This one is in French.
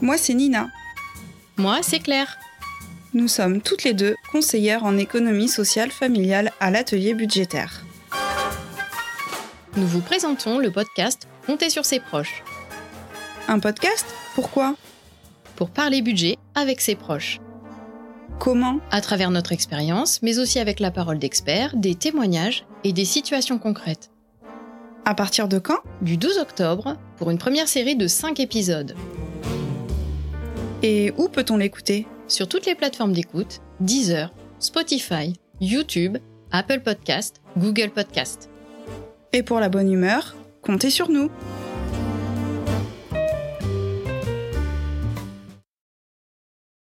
Moi, c'est Nina. Moi, c'est Claire. Nous sommes toutes les deux conseillères en économie sociale familiale à l'atelier budgétaire. Nous vous présentons le podcast Comptez sur ses proches, Un podcast Pourquoi pour parler budget avec ses proches, Comment à travers notre expérience, mais aussi avec la parole d'experts, des témoignages et des situations concrètes. À partir de quand Du 12 octobre, pour une première série de 5 épisodes, Et où peut-on l'écouter sur toutes les plateformes d'écoute, Deezer, Spotify, YouTube, Apple Podcast, Google Podcast. Et pour la bonne humeur, comptez sur nous